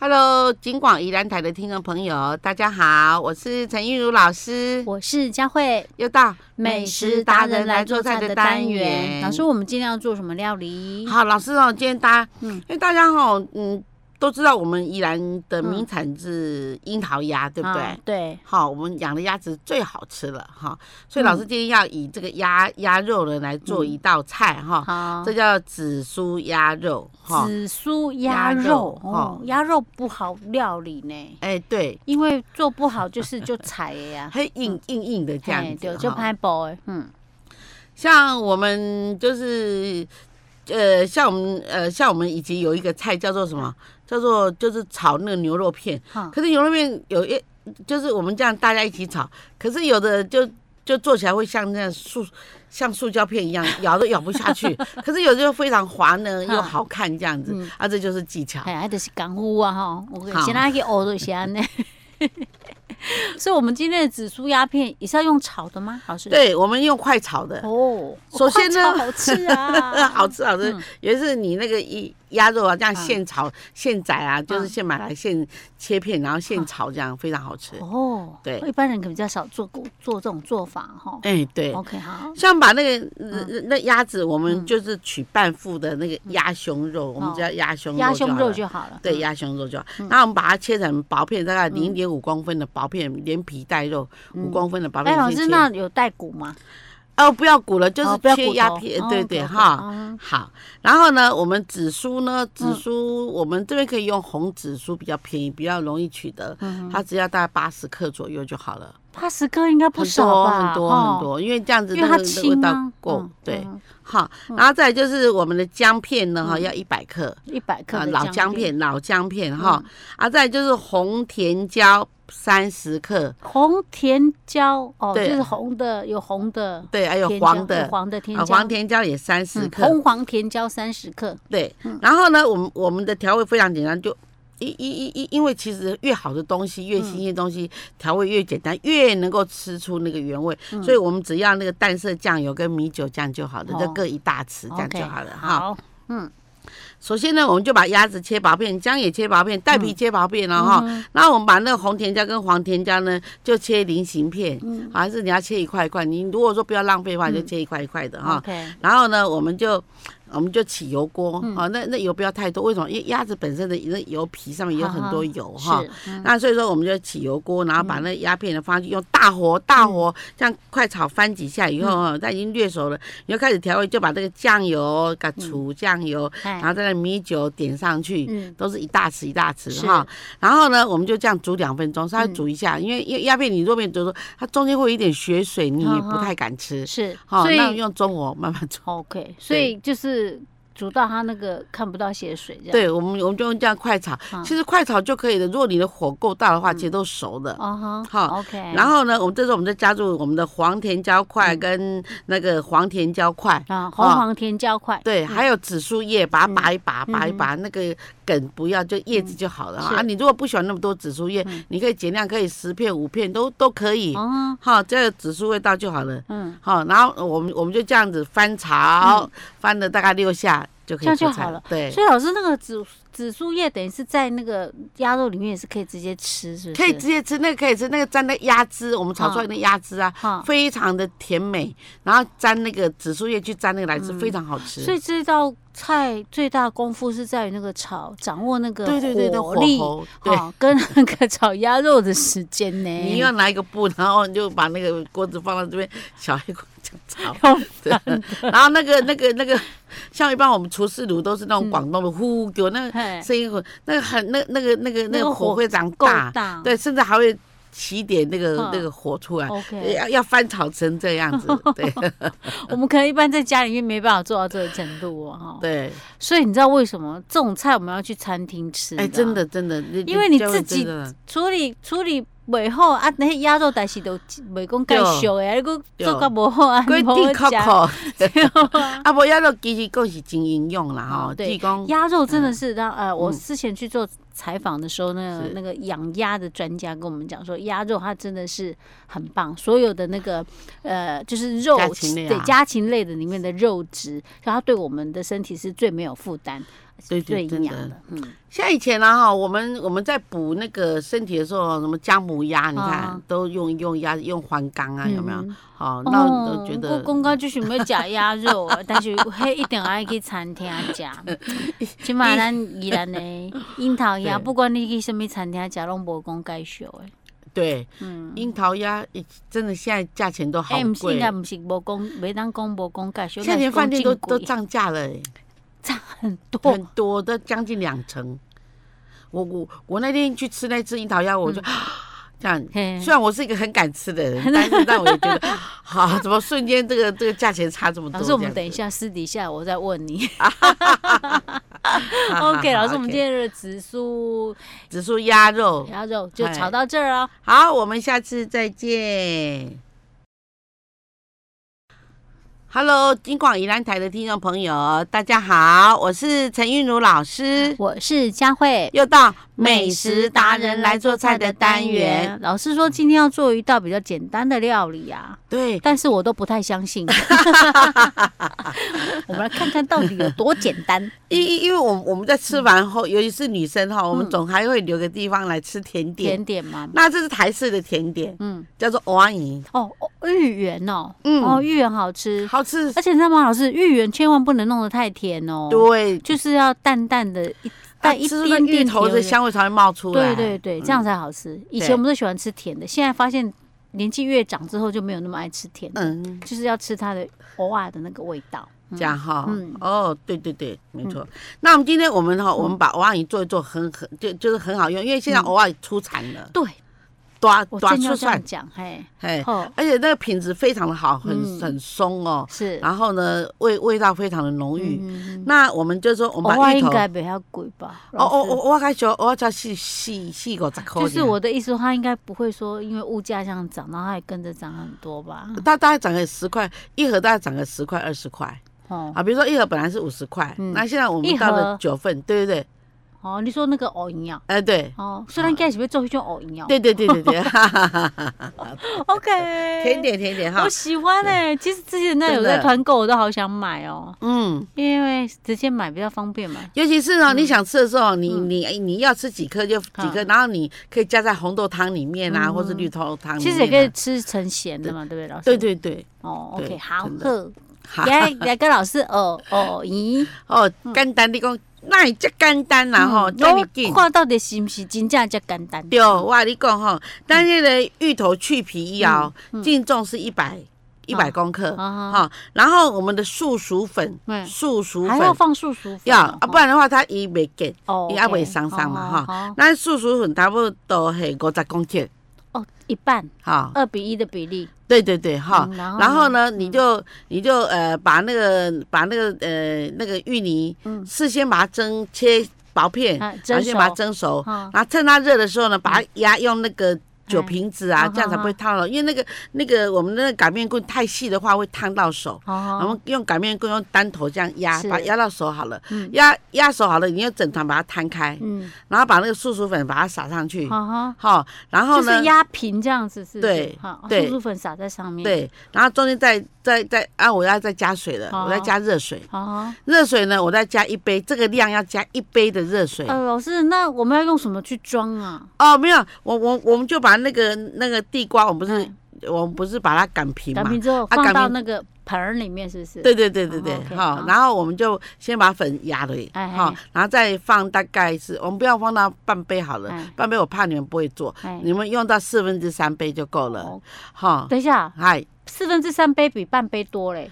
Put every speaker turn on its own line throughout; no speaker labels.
Hello，金广宜兰台的听众朋友，大家好，我是陈玉茹老师，
我是佳慧，
又到
老师，我们今天要做什么料理？
好，老师哦，今天大家，
嗯
因为大家哈、嗯，都知道我们宜兰的
嗯
名产是樱桃鸭，对不对？
啊对，
好，我们养的鸭子最好吃了哈，所以老师今天要以这个鸭鸭肉呢来做一道菜哈，
嗯好
这，叫紫苏鸭肉哈。
紫苏
鸭
鸭
肉
肉哦，鸭肉不好料理呢，
哎、对，
因为做不好就是就踩了呀，
很硬硬硬的 这样
嘿
子，
对，就
哈
拍薄哎，嗯，
像我们就是，呃，像我们呃，像我们以前有一个菜叫做什么？叫做就是炒那个牛肉片。
好，
可是牛肉片有一就是我们这样大家一起炒，可是有的就就做起来会像那样塑像塑胶片一 样，咬都咬不下去。可是有的又非常滑呢，又
嗯
好看这样子
嗯
啊，这就是技巧。
哎，还得是干呼啊哈，我
好
现在去熬都是安呢。 所以，我们今天的紫苏鸭片也是要用炒的吗？老师，，
对，我们用快炒的，
哦，
首先呢
快炒好 吃啊，
好吃好吃
嗯。
也是你那个一鸭肉啊，这样
嗯
现炒现宰啊，就是
嗯
现买来现切片，然后现炒，这样非常好吃。
哦，
对
一般人可能比较少做过做这种做法哈。
哎，对。
OK，好，
像把那个、呃那鸭子，我
嗯
们就是取半副的那个鸭胸肉，我们只要鸭胸肉好
哦鸭
了，
胸肉就好了。
对
嗯，
鸭胸肉就好。然后我们把它切成薄片，大概零点五公分的薄片，连皮带肉五公分的薄片
哎，老
先
师，
切。
那有带骨吗？
哦，不要骨了，就
哦
是
不要
切
骨
鸭
头
片，
哦
对
OK，
对
OK，
哈。
嗯
好，然后呢，我们紫苏呢，紫
嗯
苏、我们这边可以用红紫苏，比较便宜，比较容易取得，
嗯
它只要大概八十克左右就好了，
八十克应该不
很
少
多
吧？
很多
哦
很，多，因为这样子
因为
那
它
个味
轻
道
啊。
够，对，
嗯，
好，然后再来就是我们的姜片呢，哈、要一百克，
一百克
啊，
的
老姜
姜，嗯
片，老姜片哈，啊，再来就是红甜椒三十克，
红甜椒哦，就
对
是红的，有红的，
对，还有
甜椒
黄的，
有黄的甜
啊，
椒，
黄甜椒也三十
嗯
克，
红黄甜椒三十克，
对，
嗯
然后呢，我们我们的调味非常简单，就因因因因因为其实越好的东西，越新鲜的东西，
嗯
调味越简单，越能够吃出那个原味。所以我们只要那个淡色酱油跟米酒酱就好了，
嗯哦
就各一大匙这样
OK，
就好了哈。
好，嗯，
首先呢，我们就把鸭子切薄片，姜也切薄片，带皮切薄片
嗯
了哈。然后我们把那个红甜椒跟黄甜椒呢，就切菱形片，
嗯
还是你要切一块一块。你如果说不要浪费的话，就切一块一块的哈。
，OK，
然后呢，我们就我们就起油锅，
嗯
好、那那油不要太多，为什么？因为鸭子本身的那油皮上面有很多油哈。
是，嗯
那所以说，我们就起油锅，然后把那鸭片呢放进去，用大火大火、
嗯
这样快炒翻几下以后，哦，它已经略熟了，你就开始调味，就把这个酱油、给醋酱油，然
哎，
后再那米酒点上去，
嗯
都是一大匙一大匙
是嗯
哈。然后呢，我们就这样煮两分钟，稍微煮一下，因为因为鸭片你若没有煮熟，它中间会有一点血水，你也
嗯
不
嗯
太敢吃。
是，
好、
所以
那用中火慢慢煮。
OK，所以就是煮到它那个看不到血水这样。，
对，我们我们就用这样快炒，
嗯
其实快炒就可以了。如果你的火够大的话，其实都熟的。
哦哈，
好
，OK。
然后呢，我们这时候我们再加入我们的黄甜椒块
嗯
跟那个黄甜椒块，
啊，红黄甜椒块，
哦对，还有紫苏叶，把
嗯
它拔一拔，拔一拔，那个梗不要，就叶子就好了
是嗯
啊。你如果不喜欢那么多紫苏叶，你可以尽量可以十片五片都都可以，
哦，
好，这个紫苏味道就好了。
嗯，
好，然后我们我们就这样子翻炒，翻了大概六下就可以
这样
出
就
菜
好了
对，
所以老师那个紫紫苏叶等于是在那个鸭肉里面也是可以直接吃，是不是？
可以直接吃，那个可以吃，那个沾那鸭汁，我们炒出来的鸭汁啊，
哈。
非常的甜美，然后沾那个紫苏叶去沾那个来吃，非常好吃。
嗯所以这道菜最大功夫是在于那个炒，掌握那个
对对对的火
力，
候，对，
哦哎跟那个 炒鸭肉的时间呢。
你要拿一个布，然后你就把那个锅子放到这边，小黑锅就炒。
要
对， 然后那个那个那个，像一般我们厨师炉都是那种广东的，呼给我那个
嗯嘿
声音会，那个很那那个那个那
那
个
个
火
火
会长
够
大，
大，
对，甚至还会起点那个
嗯
那个火出来，
，OK。
要要翻炒成这样子，对
我们可能一般在家里面没办法做到这个程度哦，哈。
对。
所以你知道为什么这种菜我们要去餐厅吃？
哎、真，的真的，你
因为你
就
自己
真 的
处理处理尾后啊，那些鸭肉但是都袂讲介熟的，啊你讲
对
做到无好啊，
规
你
定
无
可
食。
靠， 啊，无要落其实够是真应用啦吼，
哦
只
对
是讲
鸭肉真的是让呃，我
嗯
之前去做采访的时候，那个
是
那个养鸭的专家跟我们讲说，鸭肉它真的是很棒，所有的那个呃，就是肉
家禽类啊
对家禽类的里面的肉质，所以它对我们的身体是最没有负担。
对对
最
真
营
的
养的。嗯，
像以前呢、哈，我们我们在补那个身体的时候，什么姜母鸭，你看、
啊
都用用鸭用黄冈啊，有没有
嗯？哦
好、那我都觉
我
得
讲到就是要食鸭肉啊，但是迄一定爱去餐厅食。 即码咱宜兰的樱桃鸭，
对
不管你去什物餐厅食，拢无讲介绍的。
对，
嗯，
樱桃鸭诶真的现在价钱都好
哎，毋是，
贵
应，该毋是无讲，袂当讲无讲介绍。
现在连饭店都
咱是
都
讲
涨价了、欸，
真贵很
很
多。
多都将近两成。我我我那天去吃那只樱桃鸭，我就、
嗯
这样。
嘿
虽然我是一个很敢吃的人，但是但我也觉得，好，怎么瞬间这个这个价钱差这么多？
老师，我
这样
们
子
等一下私底下我再问 你。
哈哈哈
OK，老师，我们
OK
今天的紫苏
紫苏鸭肉，
鸭肉就
哎
炒到这儿哦。
好，我们下次再见。Hello，金广宜兰台的听众朋友，大家好，我是陈韵如老师，
我是佳慧。
又到美食达人来做菜的单元。。
老师说今天要做一道比较简单的料理啊，
对，
但是我都不太相 信。我们来看看到底有多简单。
因因因为我们我们在吃完后，尤其是女生哈，我们
嗯
总还会留个地方来吃甜点。
甜点嘛，
那这是台式的甜点，
嗯，
叫做蚵仔圆，
哦，哦芋圆哦，
嗯
哦，芋圆好吃，
好吃。
而且你知道吗，老师，芋圆千万不能弄得太甜哦，，
对，
就是要淡淡的一，
它
淡一
吃出那
点
芋
点
头的
甜
香味才会冒出来。嗯
对对对，这样才好吃。以前
对
我们都喜欢吃甜的，现在发现年纪越长之后就没有那么爱吃甜的，
嗯，
就是要吃它的偶尔的那个味道。
这样哈，
嗯
哦，对对对，没错。那我们今天我们哈，我们把偶尔鱼做一做很很就就是很好用，因为现在偶尔出产了，
对，
短
嗯我
短
正要
出
这
产
样，讲，嘿，
哎，
哦，
而且那个品质非常的好，很
嗯
很松哦，
是，
然后呢味味道非常的浓郁。
嗯，
那我们就说我们
我
把芋
应
头，
该比较贵吧？
哦哦
老师
哦，，我开小，我才四四四五十块，
就是，我的意思，它应该不会说因为物价这样涨，然后它也跟着涨很多吧？
它大概涨个十块，一盒大概涨个十块二十块
哦
啊，比如说一盒本来是五十块，
嗯
那现在我
一
们到了
盒
九份，对对对，
哦，你说那个藕营养。
哎对。
哦，虽然开始会做一种藕营养
对对对对对，哈哈哈哈哈 哈
，OK，
甜，点甜点哈
我，喜欢哎、其实之前那有
真的
在团购，我都好想买哦、
嗯，
因为直接买比较方便嘛。
尤其是呢，哦你想吃的时候，你你你要吃几颗就几颗，
嗯
然后你可以加在红豆汤里面啊，或是绿豆汤里面啊。
其实也可以吃成咸的嘛，对不对，老师？
对。对对，
哦
对
，OK，好
真
喝。
好
来来跟老师哦哦咦，
哦，简单你讲，那你这简单啦吼，
嗯
那你
我
紧。
看到底是不是真正这简单？
对，我跟你讲吼，但是呢，芋头去皮一熬，
嗯
净重是一百一百公克
啊
哈，然后我们的素薯粉，
嗯
素薯
还要
粉
放素薯粉哦，
要啊，不然的话它一没给。
哦，
伊
OK，
还袂松松嘛
哦
哈
好。
咱素薯粉差不多系五十公克，
哦，一半
哈，
二比一的比例，
对对对哈
嗯。然后
哦然后呢，你就你就呃把那个把那个呃那个芋泥，事先把它蒸切薄片，
嗯啊
然后
蒸
先把它
熟
蒸熟，
哈，
然后啊趁它热的时候呢，
嗯
把它压用那个。酒
哎
瓶子啊，
好
这样才不会烫
嗯
到，因为那个那个我们那个擀面棍太细的话会烫到手。
哦，
我们用擀面棍用单头这样压，
是
把它压到手好了
嗯，
压压手好了，你就整团把它摊开，
嗯，
然后把那个素薯粉把它撒上去，
好哈，
好，然后
就
呢
是，压平这样子，是不是
对
哈，哦
对
素薯粉撒在上面，，
对，然后中间再再再啊，我要再加水了，
好
我再加热水，
好哈。
热水呢，我再加一杯，这个量要加一杯的热水。
呃，老师，那我们要用什么去装啊？
哦，没有，我我我们就把那个那个地瓜，我们不是、我们不是把它擀平
嗯擀
嘛？
平之后
啊擀
放到
平
那个盆儿里面，是不是？
对对对对对
哦，，OK，
好
好，
然后我们就先把粉压了，
哎
好
哎，
然后再放大概是，我们不要放到半杯好了
哎，
半杯我怕你们不会做，
哎，
你们用到四分之三杯就够了
哦，
好，
等一下，
嗨，
四分之三杯比半杯多嘞，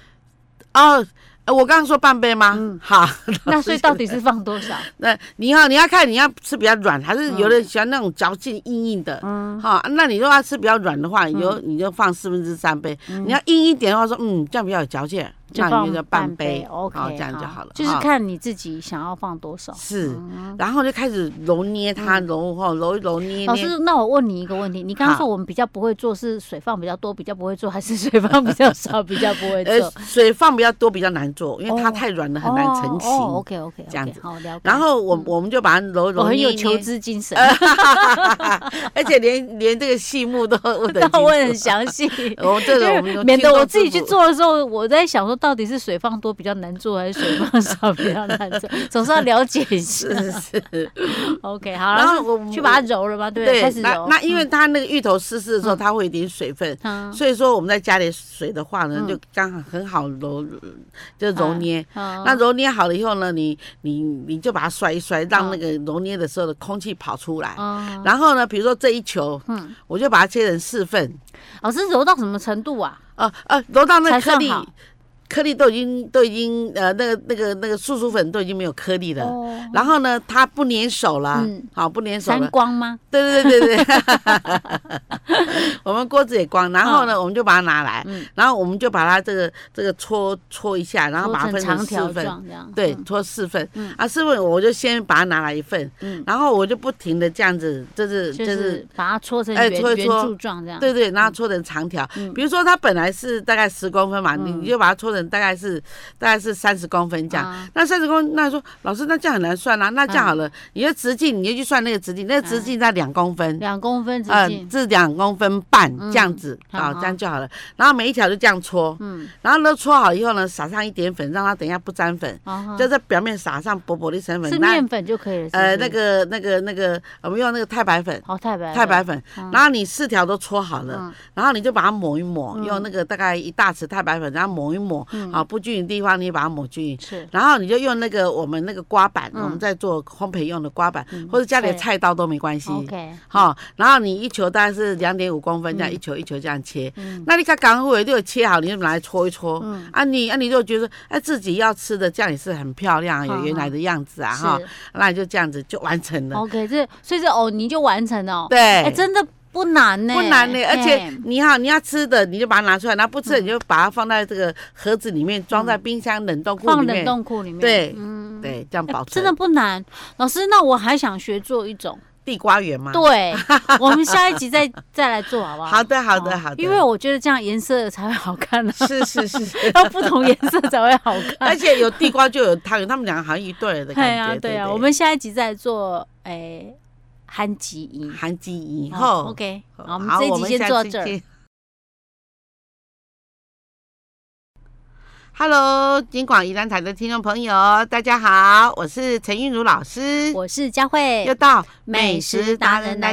哦，呃我刚刚说半杯吗？
嗯
好，
那所 以到底是放多少？
那你要你要看你要吃比较软，还是有的人喜欢那种嚼劲硬硬的。
嗯，
好、那你如果要吃比较软的话，你就、你就放四分之三杯。
嗯
你要硬一点的话说，嗯，这样比较有嚼劲，那你就半杯
，OK，
好，这样就好了。
就是
哈
看你自己想要放多少。
是，
嗯
然后就开始揉捏它，揉哈揉一揉捏
老
捏。
师，那我问你一个问题，你刚刚
好
说我们比较不会做，是水放比较多，比较不会做，还是水放比较少，比较不会
呃
做？，
水放比较多比较难做，因为它
哦
太软了 很难成型。
OK OK，
这样子
哦好了解。
然后我我们就把它揉揉
嗯我很有
捏
求
捏
知精神，
而且连连这个细目都问得
但我
很
很
清楚。哦
详细。
我这个我们
免得我自己去，做的时候，我在想说说到底是水放多比较难做，还是水放 少比较难做？总是要了解一下。
是是，
OK，好，
然
然
后
后
我
去把它揉了吧，对不对？开始
那
揉。
那因为它那个芋头湿湿的时候，它会有点水分，
嗯
所以说我们在加点水的话呢，
嗯
就刚好很好揉，就揉
嗯
捏。
嗯
那揉捏好了以后呢，你你你就把它摔一摔，让那个揉捏的时候的空气跑出来。
嗯，
然后呢，比如说这一球，
嗯
我就把它切成四份，
老师揉到什么程度啊？
呃呃，揉到那
才
个颗
算
粒
好，
颗粒都已经都已经呃那个那个那个素薯粉都已经没有颗粒了。
哦，
然后呢，它不粘手了，
嗯
好不粘手
三
了，
光吗？
对对对对 对， 我们锅子也光，然后呢，我们就把它拿来，
嗯
然后我们就把它这个这个搓搓一下，然后把它分
做成长
四
条
份，
状这样。
对，
嗯
搓四份
嗯，
啊，四份我就先把它拿来一份，
嗯，
然后我就不停的这样子，就是
就
就是
是。把它搓成
哎
圆
搓一
圆
搓
柱状这样。
对对，然后搓成长条，
嗯
比如说它本来是大概十公分嘛，你
嗯
你就把它搓成大概是大概是三十公分这样。
啊，
那三十公分，那说老师，那这样很难算啦、啊那这样
嗯
好了，你就直径，你就去算那个直径，那个直
嗯
径在两公分，
两公分直
嗯，
径。
至两公分半
嗯
这样子，
好
好，
好
这样就好了。然后每一条就这样搓，
嗯，
然后呢搓好以后呢，撒上一点粉，让它等一下不沾粉，
啊
就在表面撒上薄薄的一层
是
粉。那
面粉就可以了。
呃
是不
那
是
个那个那个，我们用那个太白粉。
哦，太白
太白粉，
嗯
然后你四条都搓好了，
嗯
然后你就把它抹一抹，
嗯
用那个大概一大匙太白粉，然后抹一抹，
嗯
啊，不均匀的地方你把它抹均匀，
是
然后你就用那个我们那个刮板，
嗯
我们在做烘焙用的刮板，
嗯
或者家里的
对
菜刀都没关系。
OK，
好、然后你一球大概是两点五公分这样，
嗯
一球一球这样切。
嗯
那你看港虎就有切好，你就拿来搓一搓。
嗯
啊你，啊你就觉得哎、自己要吃的这样也是很漂亮啊，
好
有原来的样子啊哈。
是
那你就这样子就完成了。
OK，这所以这藕泥就完成了哦。
对，
哎，真的不难呢，哎
不难呢、而且
嘿
你好，你要吃的你就把它拿出来，然后不吃的你就把它放在这个盒子里面，装在冰箱冷冻库
放
里面
冷。冻库里面。
对
嗯，
对，这样
哎
保存。
真的不难，老师，那我还想学做一种，
地瓜圆吗？
对啊我们下一集 再再来做好不好？
好的，好的，
哦
好的。
因为我觉得这样颜色才会好看呢、 啊
是是 是，
要不同颜色才会好 看。
而且有地瓜就有汤圆，他们两个好像一对 儿的
对
感
哎呀
觉。，
啊对呀，
对
我们下一集再做诶韩吉怡。
韩基以
好
后。
哦，OK，好，我
好，
们这一集先
下
做到
次
这儿。
见。Hello，金广宜兰台的听众朋友，大家好，我是陈韵如老师，
我是佳慧
又，到
单。。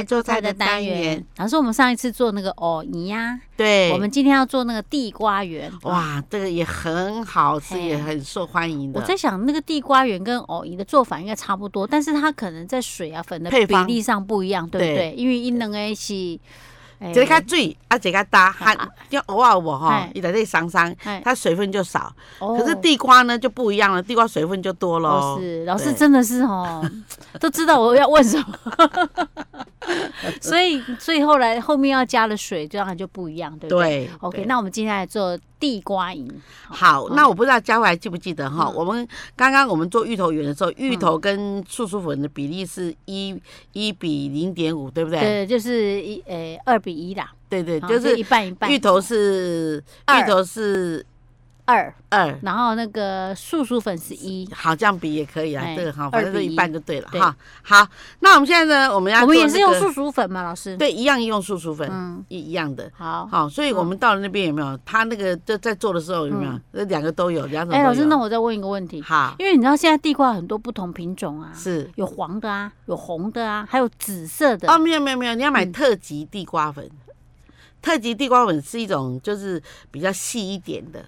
老师，我们上一次做那个藕泥呀，
对，
我们今天要做那个地瓜圆。哇！
哇，这个也很好吃，
嘿
也很受欢迎的。
我在想，那个地瓜圆跟藕泥的做法应该差不多，但是它可能在水啊粉的
配
比
方
例上不一样，对不
对
对？因为一哎能 A 是，诶
这个水啊，这个大汗，就偶尔我哈
嘿，
一在这伤伤，
哎
它水分就少。
哦
可是地瓜呢就不一样了，地瓜水分就多
老
喽。
师，老师
对
真的 是哦，都知道我要问什么， 所以所以后来后面要加了水，就让它就不一样，对不对
对
o k
对
那我们接下来做地瓜饮，
好，
嗯
那我不知道嘉惠还记不记得哈？
嗯
我们刚刚我们做芋头圆的时候，芋头跟素薯粉的比例是一一比零点五，对不对？
对，就是一呃二比一啦，
对对，
好
就是
一半一半，
芋头是
二
芋头是
二，
二，
然后那个素薯粉是一，
好这样比也可以啊，
哎
这个哈，
二
反正就
比一
一半就对了
对
哈。好，那我们现在呢，我们要
我们也
做
是
那
用
个
素薯粉嘛，老师，，
对一样用素薯粉
嗯，
一一样的。
好，
好，所以我们到了那边有没有？他那个就在做的时候有没有
嗯？
那两个都有，两种都
哎，
有。
老师，那我再问一个问题，
好
因为你知道现在地瓜有很多不同品种啊，
是
有黄的啊，有红的啊，还有紫色的
哦，没有没有没有，你要买
嗯
特级地瓜粉。特级地瓜粉是一种就是比较细一点的，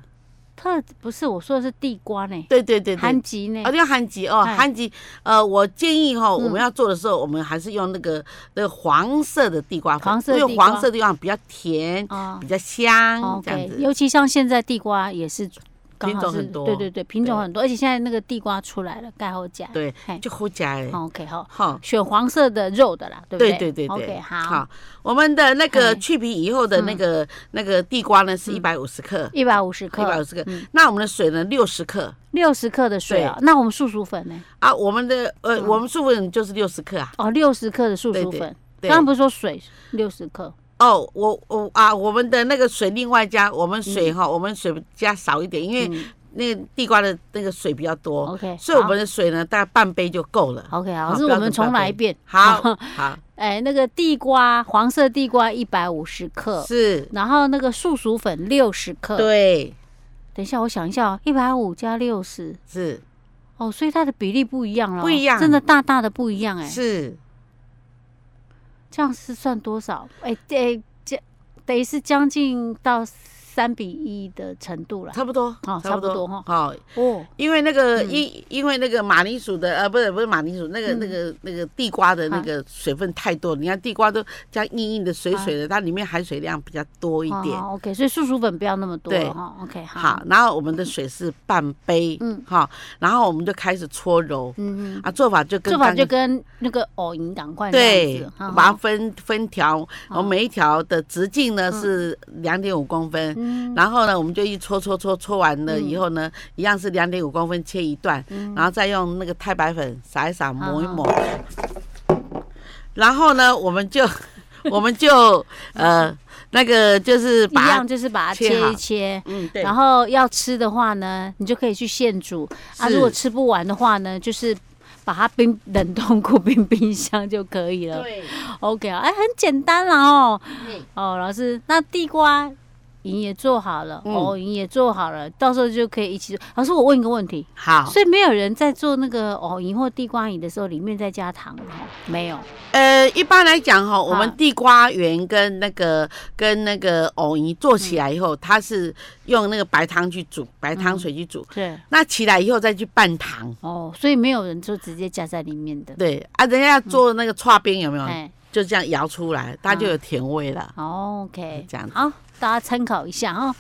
特不是我说的是地瓜呢，
对对对对。
韩吉呢
哦，，要韩籍哦，
哎
韩籍，呃，我建议哈，
嗯
我们要做的时候，我们还是用那个那个黄色的地瓜粉，
黄色地
因
瓜
为黄色地瓜比较甜，
啊
比较香，哦这样
，OK，
子。
尤其像现在地瓜也是刚
品
好
种
是
很多
对对对，品种
对
很多，而且现在那个地瓜出来了，盖后甲，
对
嘿，
就好加哎，
，OK 好，
哈。
选黄色的肉的啦，哦对不
对
对？
对对
o
对
k，好，，
我们的那个
哎嗯
去皮以后的那个那个地瓜呢是一百五十克，
一百五十
一百五
克，
十克
嗯，
那我们的水呢六十克
六十克的水啊，那我们素薯粉呢？
啊，我们的呃我们素粉就是六十克啊，
哦，六十克的素
对
薯
对
粉，
对
刚刚不是说水六十克，
哦，我我啊，我们的那个水另外加，我们水哈、我们水加少一点，因为
嗯
那个地瓜的那个水比较多，
，OK，
所以我
好
们的水呢大概半杯就够了。
OK 好，
好
是
不
我
要
们
紧不要
重来一
紧
遍，
好， 好，
哎，那个地瓜黄色地瓜一百五十克，
是，
呃然后那个素薯粉六十克，
对，
等一下，我想一下哦，一百五加六十，
是
哦，所以它的比例不一样了哦，
不一样
真的大大的不一样哎、
是，
这样是算多少？哎、对，这等于是将近到三比一的程度了。
差不多，
哦差不多哈
好，
哦，
因为那个因、因为那个马铃薯的呃不是不是马铃薯那个、
嗯
那个那个地瓜的那
啊
个水分太多，你看地瓜都这样硬硬的水水
啊
的，它里面含水量比较多一点。
哦、OK，所以素薯粉不要那么多
对
了哈。OK，好，
好，然后我们的水是半杯，
嗯
好，然后我们就开始搓揉
嗯嗯，
啊，做法就跟
做法
刚
就跟那个藕银赶快
对，
嗯好
把它
好
分分条，我每一条的直径呢是两点五公分。
嗯
然后呢，我们就一搓搓搓搓完了以后呢，一样是两点五公分切一段，
嗯
然后再用那个太白粉撒一撒，抹一抹。然后呢，我们 就我们就呃那个就是
一
把它
样就是把它
切
切
好
一切。
嗯对
然后要吃的话呢，你就可以去现煮啊。
是
如果吃不完的话呢，就是把它冰冷冻库冰冰箱就可以了。
对
OK 啊，哎，很简单啦哦。
嗯
哦，老师，那地瓜银也做好了，
嗯
藕银也做好了，到时候就可以一起做。老师，我问一个问题，
好
所以没有人在做那个藕银或地瓜银的时候，里面再加糖哦，没有。
呃，一般来讲哈，我们地瓜圆跟那个跟那个藕泥做起来以后，它是用那个白糖去煮，白糖水去煮。
对。
那起来以后再去拌糖，
哦，所以没有人就直接加在里面的。
对啊，人家要做那个串冰有没有？
哎、
就这样摇出来，它就有甜味了。
o k
这样子
好，大家参考一下哦。